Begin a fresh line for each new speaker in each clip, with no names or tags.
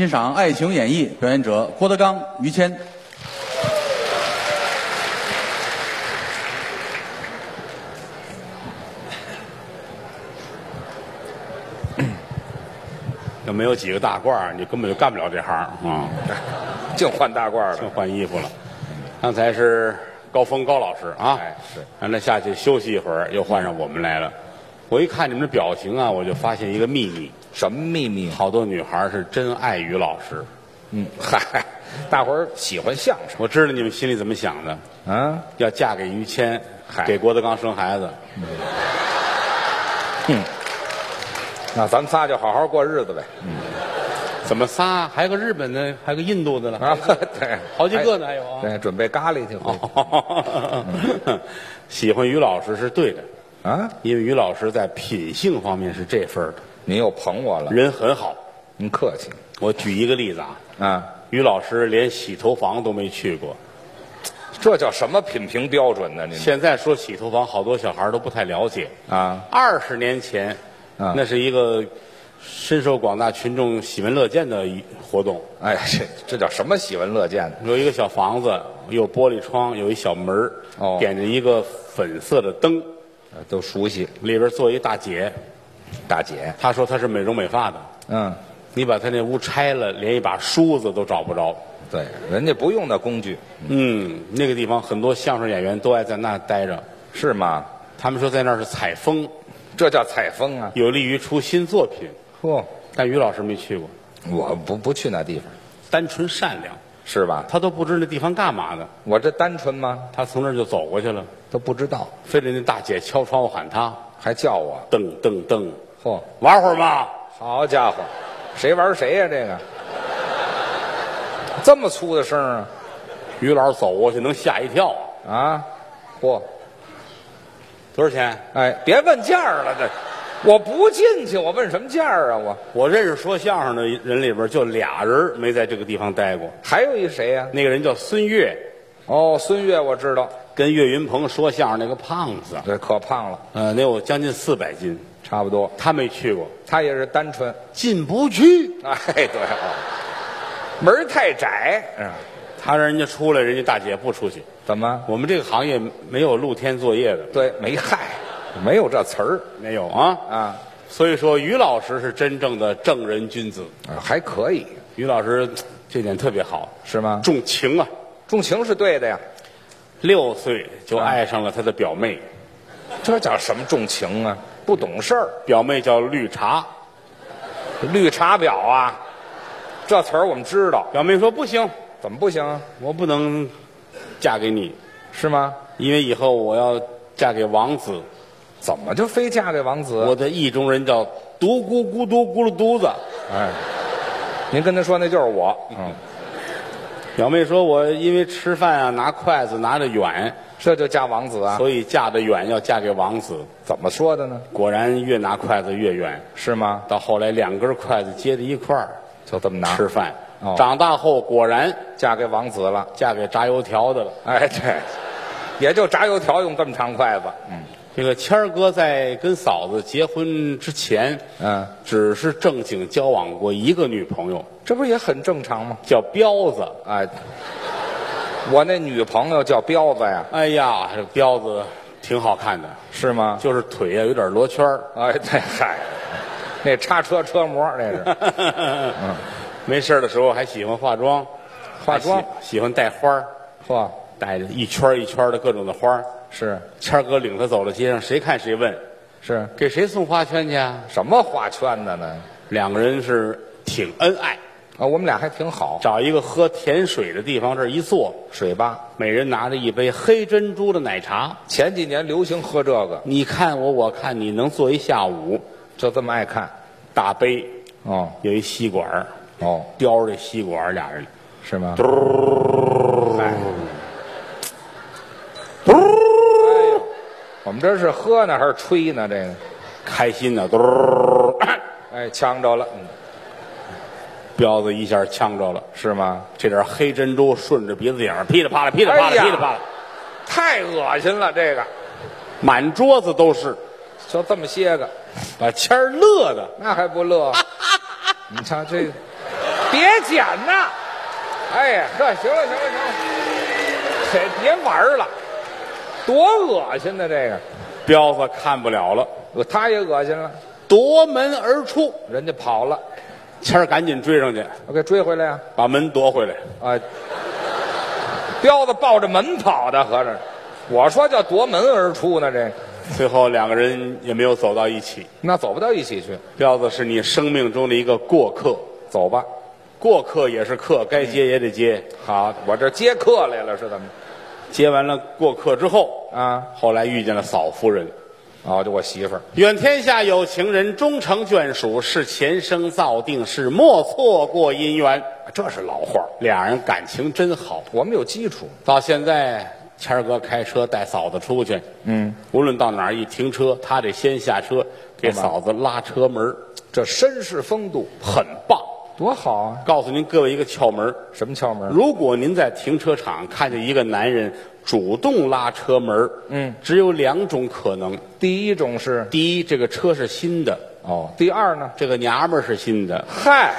欣赏《爱情演义》，表演者郭德纲、于谦。
要没有几个大褂儿，你根本就干不了这行儿啊！
净换大褂
净
了。
换衣服了。刚才是高峰高老师啊，
哎是
让他下去休息一会儿，又换上我们来了。我一看你们的表情啊，我就发现一个秘密，
什么秘密？啊
好多女孩儿是真爱于老师。
嗯，嗨，大伙儿喜欢相声
我知道你们心里怎么想的，
啊？
要嫁给于谦，
嗨
给郭德纲生孩子，
那咱仨就好好过日子呗。
怎么仨？还有个日本的，还有个印度的呢。
啊，哎对，
好几个呢还有啊
对，准备咖喱去。
哦，喜欢于老师是对的，
啊，
因为于老师在品性方面是这份儿的，
您又捧我了，
人很好。
您客气
我举一个例子啊，
啊。
于老师连洗头房都没去过。
这叫什么品评标准呢？您
现在说洗头房，好多小孩都不太了解。
啊，
二十年前，
啊
那是一个深受广大群众喜闻乐见的一活动。
哎，这这叫什么喜闻乐见呢？
有一个小房子，有玻璃窗，有一小门儿
哦
点着一个粉色的灯，
呃都熟悉，
里边坐一大姐，
大姐，
她说她是美容美发的。
嗯，
你把她那屋拆了，连一把梳子都找不着。
对，人家不用那工具，
嗯，那个地方很多相声演员都爱在那待着。
是吗？
他们说在那儿是采风，
这叫采风啊！
有利于出新作品。
嚯，
但于老师没去过，
我不不去那地方，
单纯善良，
是吧？
他都不知那地方干嘛的，
我这单纯吗？
他从那儿就走过去了，
都不知道，
非得那大姐敲窗户喊他，
还叫我，
噔噔噔，
嚯，
玩会儿嘛。
好家伙，谁玩谁呀、这个这么粗的声儿啊！
于老师走过去能吓一跳，
啊，嚯，
多少钱？
哎，别问价儿了，这我不进去，我问什么价儿啊？我
我认识说相声的人里边就俩人没在这个地方待过，
还有一谁呀、
那个人叫孙越，
哦，孙越我知道，
跟岳云鹏说相声那个胖子，
这可胖了，
呃，得有将近四百斤，
差不多。
他没去过，
他也是单纯，
进不去。
哎，对、哦，门儿太窄，嗯，
他让人家出来，人家大姐不出去。
怎么？
我们这个行业没有露天作业的，
对，没害，没有这词儿
没有啊
啊，
所以说，于老师是真正的正人君子。
啊还可以
于老师嘖这点特别好，
是吗？
重情啊！
重情是对的呀，
六岁就爱上了他的表妹，
这叫什么重情啊？不懂事儿，
表妹叫绿茶。
绿茶婊啊，这词儿我们知道，
表妹说不行，
怎么不行啊？
我不能嫁给你，
是吗？
因为以后我要嫁给王子。
怎么啊就非嫁给王子？
我的意中人叫独咕咕嘟咕噜嘟子。
哎，您跟他说那就是我，嗯，
表妹说，我因为吃饭啊拿筷子拿得远，
这就嫁王子啊？
所以嫁得远要嫁给王子。
怎么说的呢？
果然越拿筷子越远，
是吗？
到后来两根筷子接在一块儿
就这么拿，
吃饭。
哦
长大后果然
嫁给王子了。
嫁给炸油条的了。
哎，对，也就炸油条用这么长筷子。嗯
这个谦儿哥在跟嫂子结婚之前，
嗯，
只是正经交往过一个女朋友，
这不是也很正常吗？
叫彪子。
哎，我那女朋友叫彪子呀，
哎呀，这彪子挺好看的，
是吗？
就是腿呀、有点罗圈儿
哎，对，嗨，那叉车车模 那是
没事儿的时候还喜欢化妆，
嗯化妆
还喜喜欢带花儿，
嚯，
带着一圈儿一圈儿的各种的花儿。
是
谦儿哥领他走到街上，谁看谁问，
是
给谁送花圈去啊？
什么画圈的呢？
两个人是挺恩爱，
啊，我们俩还挺好，
找一个喝甜水的地方，这儿一坐，
水吧。
每人拿着一杯黑珍珠的奶茶。
前几年流行喝这个，
你看我，我看你，能坐一下午。
就这么爱看。
大杯
哦
有一吸管儿，
哦，
叼着这吸管儿，俩人
是吗？
嘟儿，哎嘟儿，
哎我们这是喝呢还是吹呢？这个，
开心呢，嘟儿，
哎，呛着了，嗯
彪子一下呛着了。
是吗？
这点黑珍珠顺着鼻子眼儿噼里啪啦、噼里啪啦、
哎呀
噼里啪啦，
太恶心了，这个
满桌子都是，
就这么些个，
把谦儿乐的。
那还不乐？你瞧这个，别剪呐！哎呀，呵，行了行了行了，这别玩了，多恶心呢！这个，
彪子看不了了，
我他也恶心了，
夺门而出，
人家跑了，
谦儿赶紧追上去，
我给追回来啊呀、
把门夺回来。
啊！彪子抱着门跑的，合着，我说叫夺门而出呢，这
最后两个人也没有走到一起。
那走不到一起去，
彪子是你生命中的一个过客，
走吧。
过客也是客，该接也得接。
好，我这接客来了是怎么？
接完了过客之后，
啊，
后来遇见了嫂夫人。
哦，就我媳妇儿，
愿天下有情人终成眷属，是前生造定，是莫错过姻缘。
这是老话儿
俩人感情真好，
我们有基础。
到现在，谦儿哥开车带嫂子出去，嗯，无论到哪儿一停车，他得先下车给嫂子拉车门儿，
这绅士风度
很棒。
多好啊！
告诉您各位一个窍门儿，
什么窍门？
如果您在停车场看见一个男人主动拉车门，嗯，只有两种可能：
第一种是
第一，这个车是新的，
哦，第二呢？
这个娘们儿是新的。
嗨，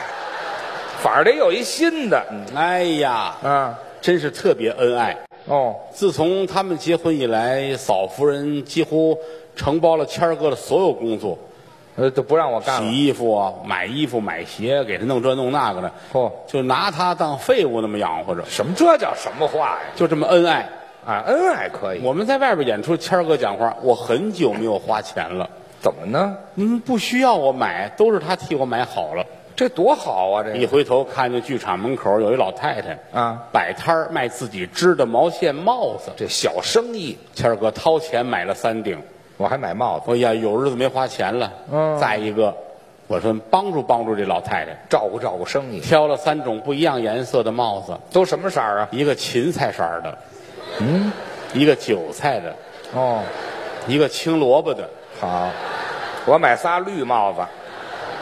反儿得有一新的，
哎呀，
啊，
真是特别恩爱。
哦，
自从他们结婚以来，嫂夫人几乎承包了谦儿哥的所有工作，
呃，都不让我干了。
洗衣服啊，买衣服、买鞋，给他弄这弄那个的，
哦
就拿他当废物那么养活着，
什么？这叫什么话呀？
就这么恩爱。
啊，恩爱可以，
我们在外边演出，谦儿哥讲话，我很久没有花钱了，
怎么呢？
嗯，不需要我买，都是他替我买好了。
这多好啊！
一
这
回头看见剧场门口有一老太太，
啊，
摆摊儿卖自己织的毛线帽子，
这小生意，
谦儿哥掏钱买了三顶。
我还买帽子，
哎呀，有日子没花钱了。
嗯
再一个，我说帮助帮助这老太太，
照顾照顾生意。
挑了三种不一样颜色的帽子，
都什么色儿啊？
一个芹菜色儿的，嗯，一个韭菜的，
哦，
一个青萝卜的，
好，我买仨绿帽子，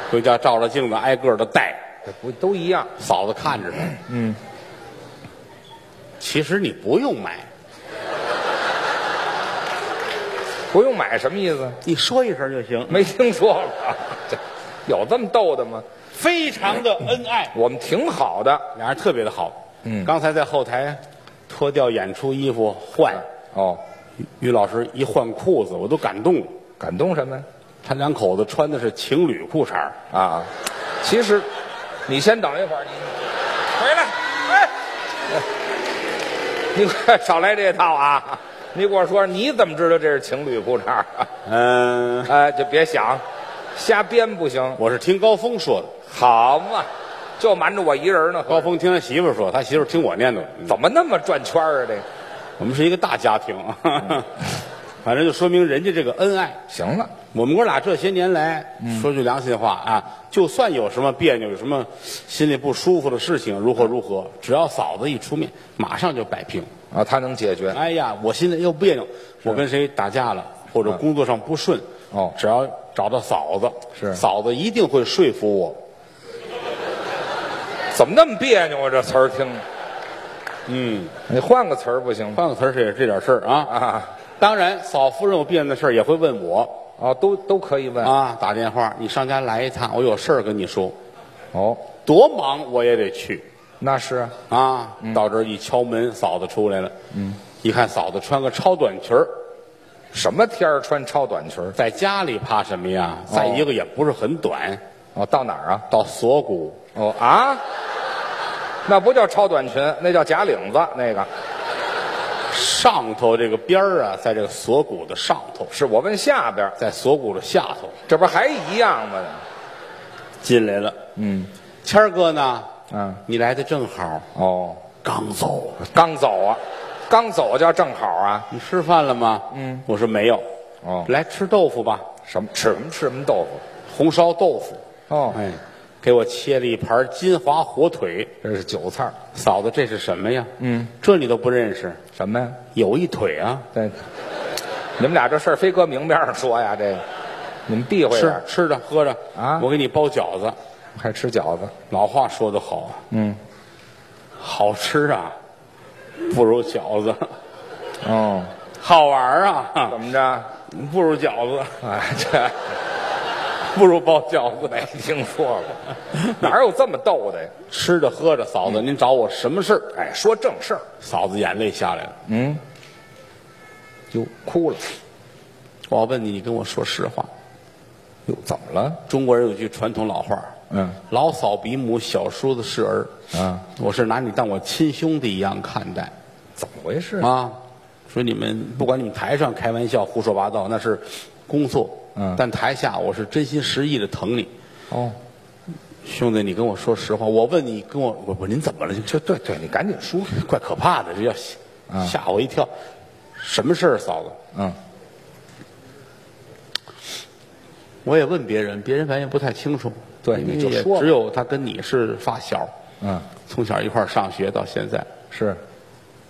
回家照着镜子挨个的戴。
这不都一样？
嫂子看着他，嗯，其实你不用买，
不用买什么意思？
你说一声就行。
没听说过， 这有这么逗的吗？
非常的恩爱，
我们挺好的。
俩人特别的好。嗯，刚才在后台脱掉演出衣服换，
哦，
于老师一换裤子，我都感动了。
感动什么呀？
他两口子穿的是情侣裤衩儿
啊，其实你先等一会儿，你回来，哎， 你快少来这套啊！你给我说，你怎么知道这是情侣裤衩儿？啊
嗯，
哎，就别想，瞎编不行。
我是听高峰说的。
好嘛，就瞒着我一人呢，
高峰听他媳妇儿说，他媳妇儿听我念叨的。嗯
怎么那么转圈儿啊？这个
我们是一个大家庭， 反正就说明人家这个恩爱。
行了，
我们哥俩这些年来，
嗯
说句良心话啊，就算有什么别扭、有什么心里不舒服的事情，如何如何，只要嫂子一出面，马上就摆平。
啊，他能解决。
哎呀，我心里又别扭，我跟谁打架了，或者工作上不顺，
哦
只要找到嫂子，
是
嫂子一定会说服我。
怎么那么别扭啊？这词儿听着，
嗯，
你换个词儿不行吗？
换个词儿，这也是这点事儿啊
啊。
当然，嫂夫人有别扭的事儿也会问我
啊，都都可以问。
啊，打电话，你上家来一趟，我有事儿跟你说，
哦，
多忙我也得去。
那是啊
啊，到这儿一敲门，嫂子出来了。嗯，一看嫂子穿个超短裙儿，
什么天儿穿超短裙儿？
在家里怕什么呀？再一个也不是很短，
哦，到哪儿啊？
到锁骨。
哦啊，那不叫超短裙，那叫假领子，那个
上头这个边儿啊，在这个锁骨的上头，
是我问下边儿，
在锁骨的下头
这不还一样吗？
进来了。嗯，啊谦儿哥呢？
嗯，
你来的正好，
哦，
刚走。
刚走啊，刚走叫正好啊。
你吃饭了吗？嗯，我说没有。
哦
来吃豆腐吧，
什么吃什么吃什么豆腐？
红烧豆腐。
哦
哎，给我切了一盘金华火腿。
这是韭菜儿，
嫂子，这是什么呀？嗯，这你都不认识？
什么呀？
有一腿啊！
这，你们俩这事儿非搁明面上说呀，这个你们避讳点
吃
儿，
吃着喝着
啊
我给你包饺子。
还吃饺子？
老话说得好，嗯，好吃啊，不如饺子；
哦，
好玩啊，
怎么着？哎
不如饺子。
啊，这
不如包饺子。
没 听说过，哪有这么逗的呀？
吃着喝着，嫂子您找我什么事儿？
哎，说正事儿，
嫂子眼泪下来了。
哟，哭了，
我问你，你跟我说实话。
哟，怎么了？
中国人有句传统老话，
嗯，
老嫂比母，小叔子是儿。
啊，
我是拿你当我亲兄弟一样看待
怎么回事？
啊。说你们不管你们台上开玩笑胡说八道，那是工作，
嗯
但台下我是真心实意的疼你，
哦，
兄弟，你跟我说实话。我问你，跟我我我您怎么了？这
这对对，你赶紧说。
怪可怕的，这要吓吓我一跳。什么事儿，嫂子？
嗯，
我也问别人，别人反应不太清楚。
对
因为
你就
也
说吧
只有他跟你是发小，
嗯，
从小一块儿上学到现在，
是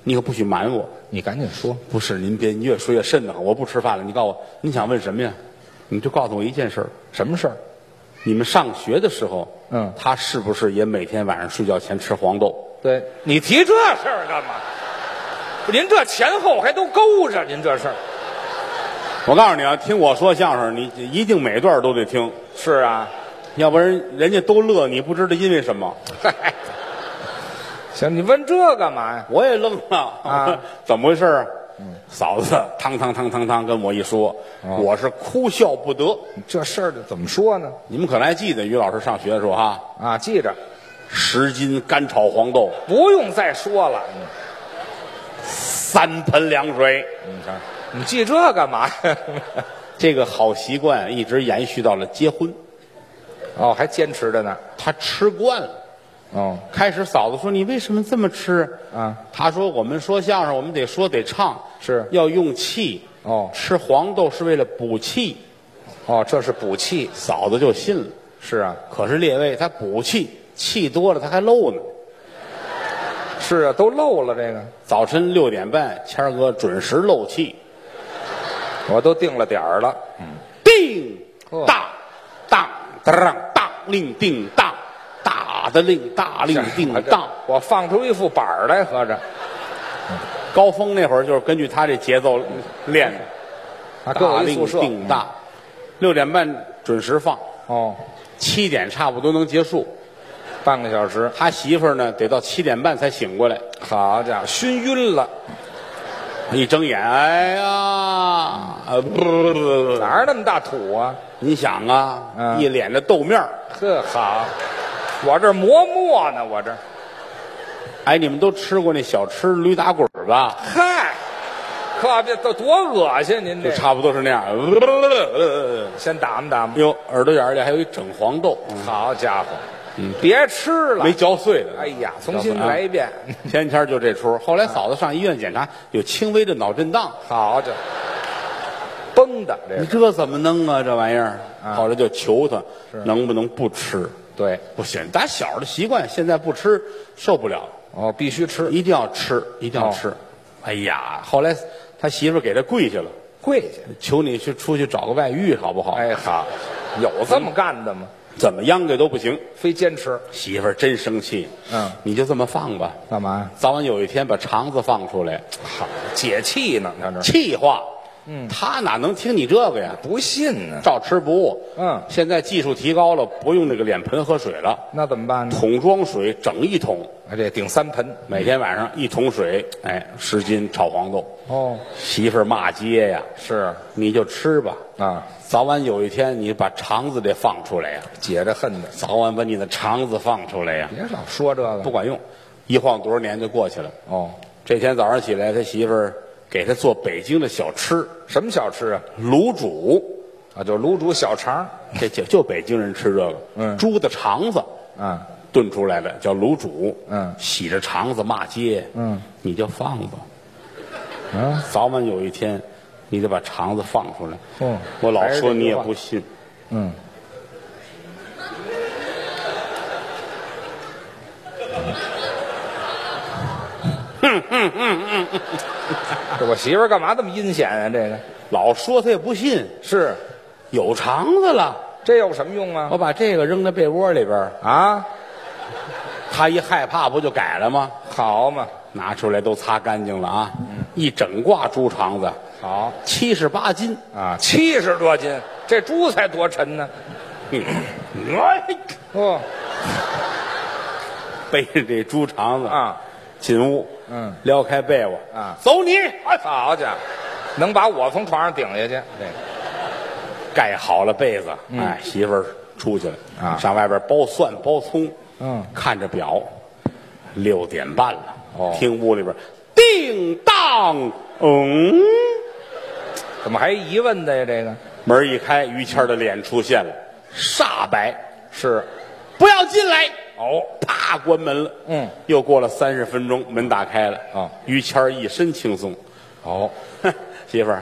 你可不许瞒我。
你赶紧说。
不是，您别，你越说越瘆得慌。我不吃饭了，你告诉我，你想问什么呀？你就告诉我一件事儿：
什么事儿？
你们上学的时候，
嗯
他是不是也每天晚上睡觉前吃黄豆？
对你提这事儿干嘛？不您这前后还都勾着，您这事儿
我告诉你啊，听我说相声，你一定每段都得听，
是啊。
要不然人家都乐，你不知道因为什么。
嗨，行，你问这干嘛呀？
我也愣了
啊，
怎么回事啊？嫂子，汤汤汤汤汤跟我一说，我是哭笑不得。
这事儿怎么说呢？
你们可能还记得于老师上学的时候哈，
啊，记着，
十斤干炒黄豆，
不用再说了。嗯
三盆凉水，
你看，你记这干嘛呀？
这个好习惯一直延续到了结婚。
哦，还坚持着呢。
他吃惯了。
哦，
开始嫂子说：“你为什么这么吃？”
啊，
他说：“我们说相声，我们得说得唱，
是
要用气。
哦
吃黄豆是为了补气。
哦，这是补气。”
嫂子就信了。
是啊，
可是列位，他补气，气多了他还漏呢。
是啊，都漏了这个，
早晨六点半，谦儿哥准时漏气，
我都定了点儿了。
叮
呵
当当当当令叮当，大的令大令叮当。
我放出一副板儿来，合着
高峰那会儿就是根据他这节奏练的。
啊，跟
大
我一
令
宿舍。
定大，六点半准时放，
哦，
七点差不多能结束。
半个小时，
他媳妇儿呢，得到七点半才醒过来，
好家伙，熏晕了，
一睁眼，哎呀，呃，不不不不
哪儿那么大土啊？
你想啊，
嗯
一脸的豆面儿
呵，好，我这磨墨呢，我这，
哎，你们都吃过那小吃驴打滚儿吧？
嗨，可别都多恶心，您
就
这
差不多是那样。
先打磨打磨。
哟，耳朵眼儿里还有一整黄豆，
好家伙，嗯别吃了
没，嚼碎的。
嗯哎呀，重新来一遍。
前几天就这出，后来嫂子上医院检查，有轻微的脑震荡。
好家伙，崩的这
你
个，
这怎么弄啊？这玩意儿，后来就求他能不能不吃？
对，
不行，打小的习惯，现在不吃受不了，
哦，必须吃，
一定要吃，一
哦
定要吃。哎呀，后来他媳妇儿给他跪下了，
跪下。
求你去出去找个外遇好不好？
哎，嗯好，有这么干的吗？
怎么央给都不行。
非坚持
媳妇儿真生气，
嗯
你就这么放吧，
干嘛呀？
早晚有一天把肠子放出来，
好，解气呢，他这
气话。嗯，他哪能听你这个呀？
不信呢，
照吃不误。
嗯
现在技术提高了，不用那个脸盆喝水了。
那怎么办呢？
桶装水整一桶，
哎，这顶三盆
每天晚上一桶水，
嗯
哎，十斤炒黄豆。
哦，
媳妇儿骂街呀，
是
你就吃吧，
啊，
早晚有一天你把肠子得放出来呀，
解这恨的，
早晚把你的肠子放出来呀，
别老说这个
不管用。一晃多少年就过去了。
哦。
这天早上起来，他媳妇儿给他做北京的小吃
什么小吃啊？
卤煮，
啊，就卤煮小肠儿。
这就就北京人吃这个，
嗯
猪的肠子，
啊，
炖出来的叫卤煮，
嗯
洗着肠子骂街，
嗯，
你就放吧，
啊，
早晚有一天，你得把肠子放出来。
哦
我老
还是这
说你
句
也
话
不信，
嗯，这我媳妇儿干嘛这么阴险啊？这个
老说他也不信，
是，
有肠子了，
这有什么用啊？
我把这个扔在被窝里边儿，
啊，
他一害怕不就改了吗？
好嘛，
拿出来都擦干净了啊，一整挂猪肠子，
好
七十八斤，
啊，七十多斤，这猪才多沉呢，
嗯哎，
哦，
背着这猪肠子
啊，
进屋，
嗯，
撩开被窝
啊
走你！哎
好家伙，能把我从床上顶下去？这个
盖好了被子，哎，媳妇儿出去了
嗯啊
上外边剥蒜剥葱，
嗯，
看着表，六点半了，
哦
听屋里边叮当，嗯，
怎么还疑问的呀？这个
门一开，于谦儿的脸出现了，煞白，
是
不要进来，
哦，
啪，关门了，
嗯，
又过了三十分钟，门打开了，
哦
于谦儿一身轻松，
哦，
哼 媳妇儿，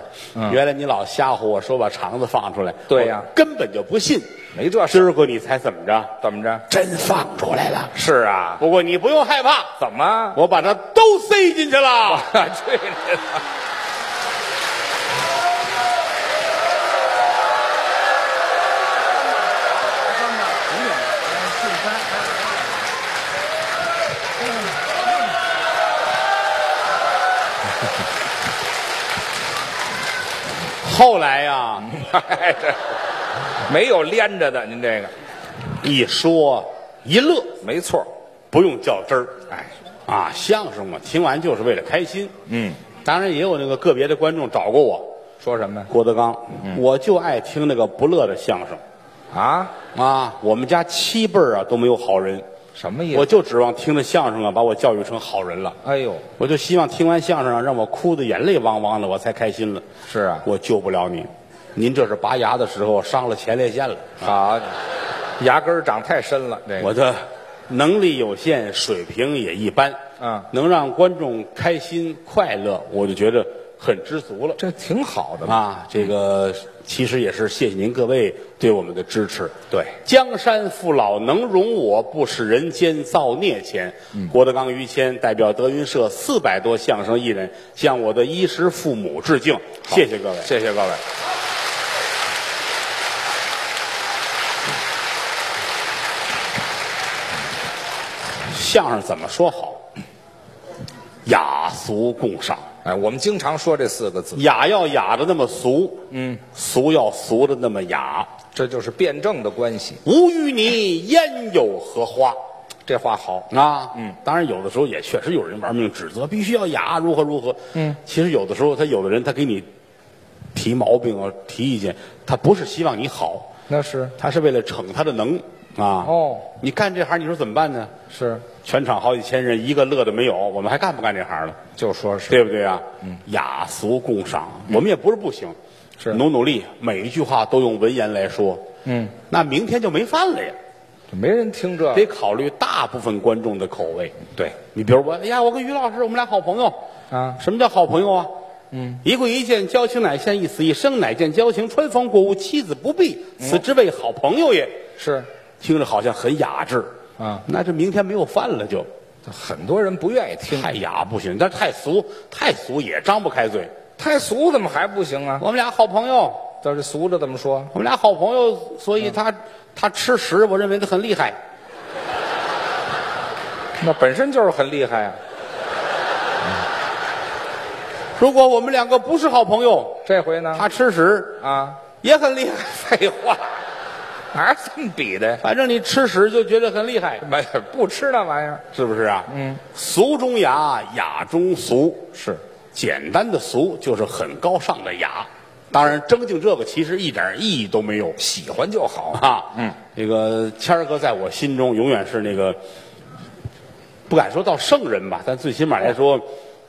原来你老吓唬我说把肠子放出来，
嗯对呀
我根本就不信，
没这事
今儿个你猜怎么着？
怎么着？
真放出来了。
是啊，
不过你不用害怕，
怎么？ 啊
我把它都塞进去了。
对你的。
后来呀，
哎，这没有连着的，您这个
一说一乐，
没错。
不用较真儿。
哎，
啊，相声嘛，听完就是为了开心。
嗯，
当然也有那个个别的观众找过我，
说什么呀？
郭德纲，
嗯
我就爱听那个不乐的相声
啊？哎
啊。我们家七辈儿啊都没有好人，
什么意
我
思？
就指望听着相声啊把我教育成好人了。
哎呦，
我就希望听完相声啊，让我哭的眼泪汪汪的，我才开心了。
是啊
我救不了您，您这是拔牙的时候伤了前列腺了。
好，牙根儿长太深了，这个
我的能力有限，水平也一般。
嗯
能让观众开心快乐，我就觉得很知足了。
这挺好的嘛。
啊，这个其实也是谢谢您各位对我们的支持。
对，
江山父老能容我，不使人间造孽钱。郭德纲、于谦代表德云社四百多相声艺人向我的衣食父母致敬，谢谢各位。
谢谢各位。
相声怎么说好？雅俗共赏。
哎，我们经常说这四个字，
雅要雅的那么俗，嗯，俗要俗的那么雅。
这就是辩证的关系。
无与你焉有何花
这话好，
啊？嗯，当然有的时候也确实有人玩命指责，必须要雅，如何如何。嗯，其实有的时候他有的人他给你提毛病啊，提意见，他不是希望你好，
那是
他是为了逞他的能啊。
哦，
你干这行，你说怎么办呢？
是，
全场好几千人，一个乐的没有，我们还干不干这行了？
就说是
对不对啊？嗯，雅俗共赏，我们也不是不行，
是
努努力，每一句话都用文言来说，嗯，那明天就没饭了呀。
没人听这。
得考虑大部分观众的口味。
对，
你比如我，哎呀，我跟于老师，我们俩好朋友
啊
什么叫好朋友啊？嗯，一跪一见，交情乃现；一死一生，乃见交情。穿房过屋，妻子不避，
嗯
此之谓好朋友也。
是
听着好像很雅致
啊
那这明天没有饭了就，
很多人不愿意听，
太雅不行，但太俗，太俗也张不开嘴。
太俗怎么还不行啊？
我们俩好朋友，
但是俗着怎么说？
我们俩好朋友，所
嗯
以他、他吃屎，我认为他很厉害。
那本身就是很厉害啊。
如果我们两个不是好朋友，
这回呢？
他吃屎
啊，
也很厉害。
废话，哪有这么比的呀？
反正你吃屎就觉得很厉害，
没有不吃那玩意儿。
是不是啊？嗯，俗中雅，雅中俗，
是，
简单的俗就是很高尚的雅。当然，争竞这个其实一点意义都没有
喜欢就好。
啊。嗯，这个谦儿哥在我心中永远是那个，不敢说到圣人吧，但最起码来说，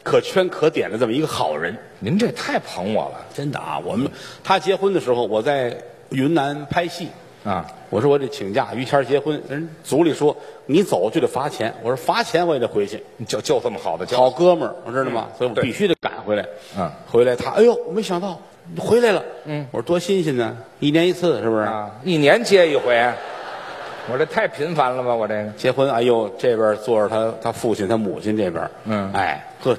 可圈可点的这么一个好人。
您这太捧我了
真的啊，我们他结婚的时候，我在云南拍戏，
啊！
我说我得请假，于谦儿结婚，人族里说你走就得罚钱，我说罚钱我也得回去。
就就这么好的教
好哥们儿，我知道吗？所以我
嗯对
必须得赶回来。
嗯，
回来他，哎呦，没想到你回来了。嗯，我说多新鲜呢，一年一次是不是？
啊，一年接一回，我这太频繁了吧？我这个
结婚，哎呦，这边坐着他他父亲他母亲这边，
嗯
哎，呵，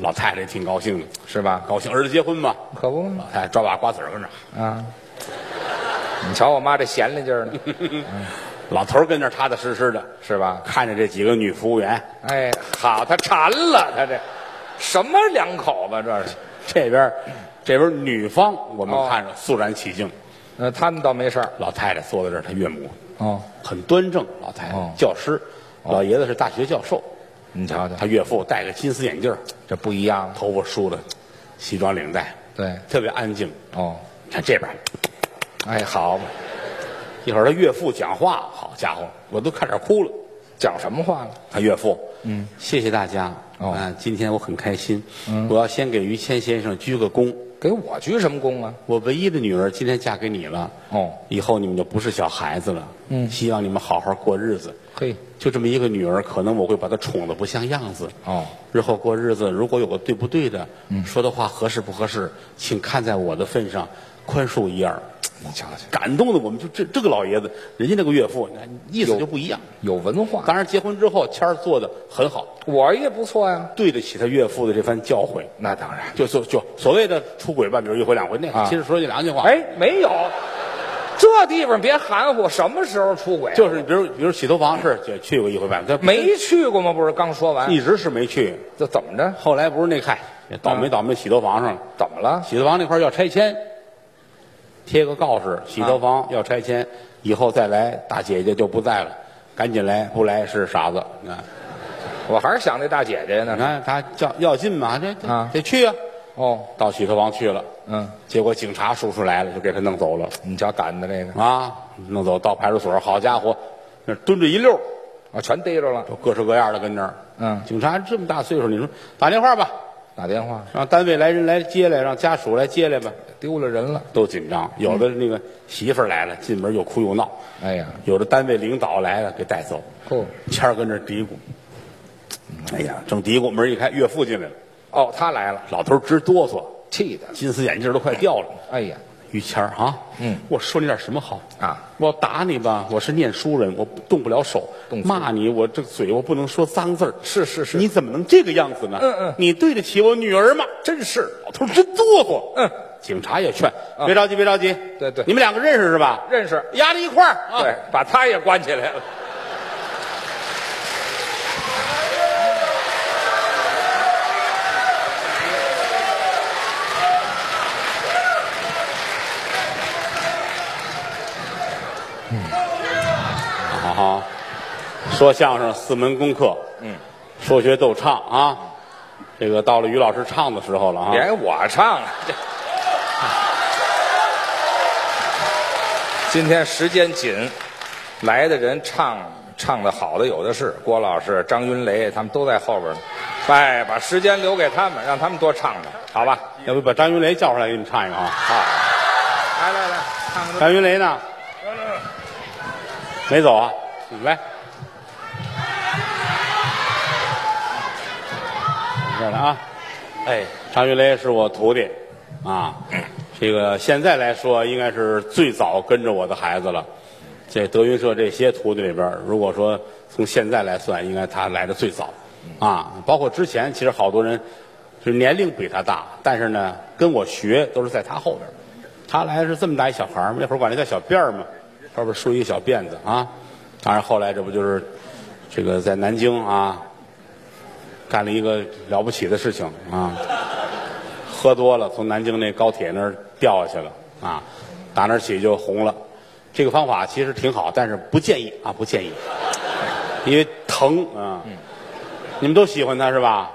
老太太挺高兴的，
是吧？
高兴儿子结婚嘛，
可不嘛
老太太抓把瓜子儿跟那儿，
啊！你瞧我妈这闲的劲儿呢，
老头儿跟那儿踏踏实实的，
是吧？
看着这几个女服务员，
哎，好，她馋了，她这什么两口子这是？
这边这边女方我们
哦
看着肃然起敬，
呃，他们倒没事儿。
老太太坐在这儿，她岳母
哦，
很端正，老太太、
哦
教师，老爷子是大学教授，
你瞧瞧
他，岳父戴个金丝眼镜儿，
这不一样。
头发梳的，西装领带，
对，
特别安静。
哦，
看这边，
哎，好嘛，
一会儿他岳父讲话，好家伙，我都差点哭了。
讲什么话了？
他岳父，嗯，谢谢大家，
哦嗯
啊，今天我很开心，我要先给于谦先生鞠个躬。
给我鞠什么躬啊？
我唯一的女儿今天嫁给你了，
哦，
以后你们就不是小孩子了，
嗯
希望你们好好过日子。
嘿，
就这么一个女儿，可能我会把她宠得不像样子。
哦，嗯
日后过日子，如果有个对不对的，说的话合适不合适，请看在我的份上宽恕一二。
你瞧瞧，
感动的我们就这这个老爷子，人家那个岳父那意思就不一样。
有文化，
当然，结婚之后谦儿做的很好，
我也不错呀、
对得起他岳父的这番教诲。
那当然。
就就就所谓的出轨吧，比如一回两回，那
啊
个其实说句良心话，，
哎，没有，这地方别含糊，什么时候出轨啊、
就是比如比如洗头房是去去过一回半回，但
没去过吗？不是刚说完，
一直是没去。
这怎么着？
后来不是那嗨，倒霉倒霉洗头房上了。
怎么了？
洗头房那块儿要拆迁，贴个告示，洗
啊
头房要拆迁，以后再来大姐姐就不在了，赶紧来，不来是傻子。啊，
我还是想那大姐姐
你
呢。
看他叫要进嘛，这这
啊
得去啊。
哦，
到洗头房去了，
嗯，
结果警察叔叔来了，就给他弄走了
你瞧赶的这个，
啊，弄走到派出所，好家伙，那蹲着一溜儿，
啊，全逮着了。
都各式各样的跟那儿。
嗯
警察这么大岁数，你说打电话吧，
打电话
让单位来人来接来，让家属来接来吧，
丢了人了。
都紧张。有的那个媳妇儿来了，进门又哭又闹。
哎呀，
有的单位领导来了，给带走。
哦
谦儿跟这儿嘀咕：“哎呀，正嘀咕，门一开，岳父进来了，
哦，他来了，
老头儿直哆嗦，
气的。
金丝眼镜都快掉了。
哎呀，
于谦儿啊，
嗯，
我说你点什么好
啊？
我要打你吧，我是念书人，我动不了手；
动粗
骂你，我这嘴我不能说脏字儿。
是是是
你怎么能这个样子呢？
嗯嗯
你对得起我女儿吗？
真是
老头儿真哆嗦。
嗯，啊
警察也劝，别着急，别着急。
对对
你们两个认识是吧？
认识。
压在一块儿啊。
对，把他也关起来了。
好好，说相声四门功课，嗯，说学逗唱啊，这个到了于老师唱的时候了啊。
别我唱啊了，这。 今天时间紧，来的人唱唱的好的有的是，郭老师、张云雷他们都在后边呢。哎，把时间留给他们，让他们多唱唱，好吧？
要不把张云雷叫出来给你们唱一个啊？
来来来，唱
张云雷呢？没走啊？来，这儿来啊！
哎，
张云雷是我徒弟，啊，这个现在来说应该是最早跟着我的孩子了。这德云社这些徒弟里边儿，如果说从现在来算，应该他来的最早，啊，包括之前其实好多人就是年龄比他大，但是呢跟我学都是在他后边儿。他来是这么大一小孩儿，那会儿管他叫小辫儿嘛，后边梳一个小辫子啊。当然后来这不就是这个在南京啊干了一个了不起的事情啊。喝多了，从南京那高铁那儿掉下去了啊，打那儿起就红了。这个方法其实挺好，但是不建议啊，不建议，因为疼啊。你们都喜欢他是吧？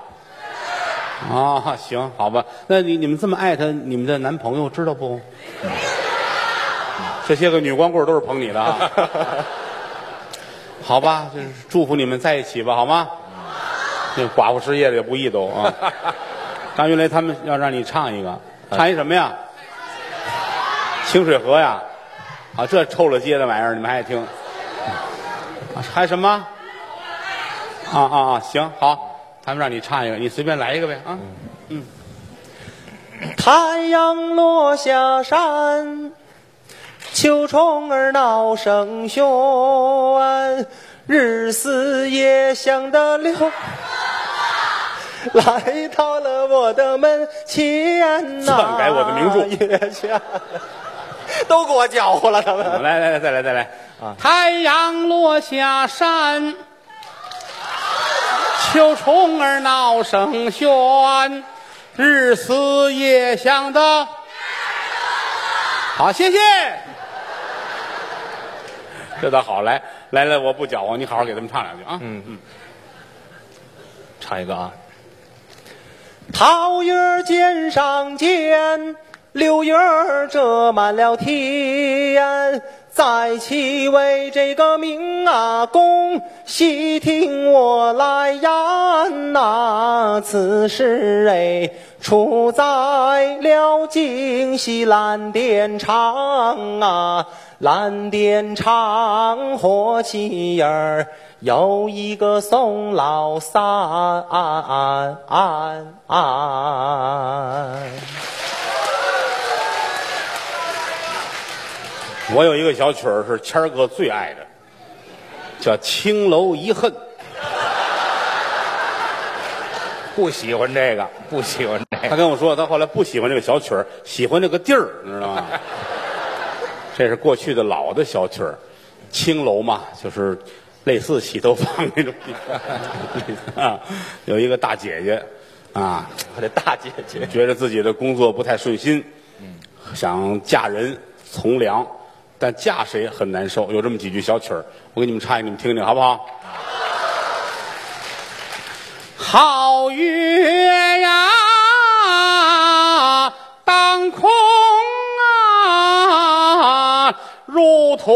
啊，行，好吧，那你你们这么爱他，你们的男朋友知道不？这些个女光棍都是捧你的啊。 好吧，就是祝福你们在一起吧，好吗？这寡妇失业了也不易都啊。张云雷他们要让你唱一个，唱一什么呀？清水河呀，啊，这臭了街的玩意儿你们还爱听？啊还什么？啊啊啊！行好，他们让你唱一个，你随便来一个呗啊！
太阳落下山，秋虫儿闹声喧，日思夜想的流， 来到了我的门前呐、
篡改我的名著
月下， 都给我搅和了，他们。
来来来，再来再来！太阳落下山，秋虫儿闹声喧，日思夜想的。好，谢谢。这倒好，来来来，我不搅和，你好好给他们唱两句啊。嗯嗯，唱一个啊，
桃叶儿肩上肩，柳叶儿遮满了天。在其为这个名啊公，细听我来言呐、此事哎，出在了京西蓝靛厂啊。蓝靛厂火器儿有一个宋老三。啊啊
我有一个小曲儿是谦儿哥最爱的，叫《青楼遗恨》。
不喜欢这个，不喜欢这个。
他跟我说，他后来不喜欢这个小曲儿，喜欢这个地儿，你知道吗？ 这是过去的老的小曲儿，青楼嘛，就是类似洗头房那种地方 啊。有一个大姐姐啊，
我的大姐姐，嗯
觉得自己的工作不太顺心，想嫁人从良，但嫁谁很难受。有这么几句小曲儿，我给你们唱，你们听听好不好？好月呀，当空啊，如同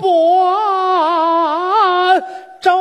薄舟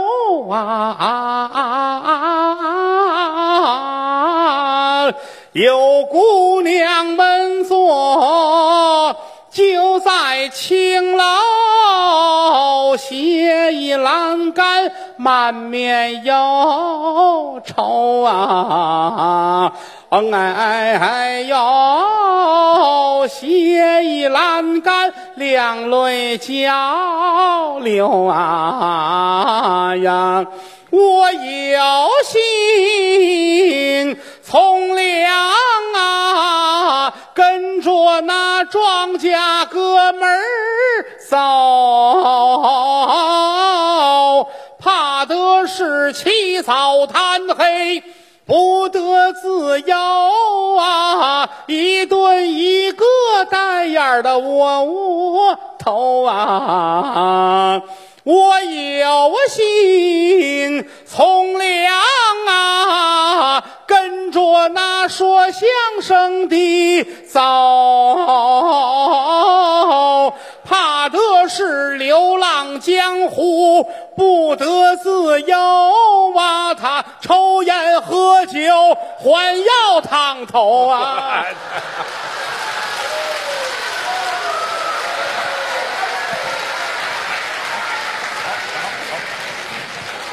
啊，有姑娘们坐，就在青楼斜倚栏杆，满面忧愁啊。嗯哎哎哎哟，斜倚栏杆，两泪交流啊呀！我有心从良啊，跟着那庄稼哥们儿走，怕的是起早贪黑。不得自由啊！一顿一个带眼儿的窝窝头啊！我有心从良啊，跟着那说相声的走，怕的是流浪江湖不得自由啊！他抽烟喝酒，还要烫头啊！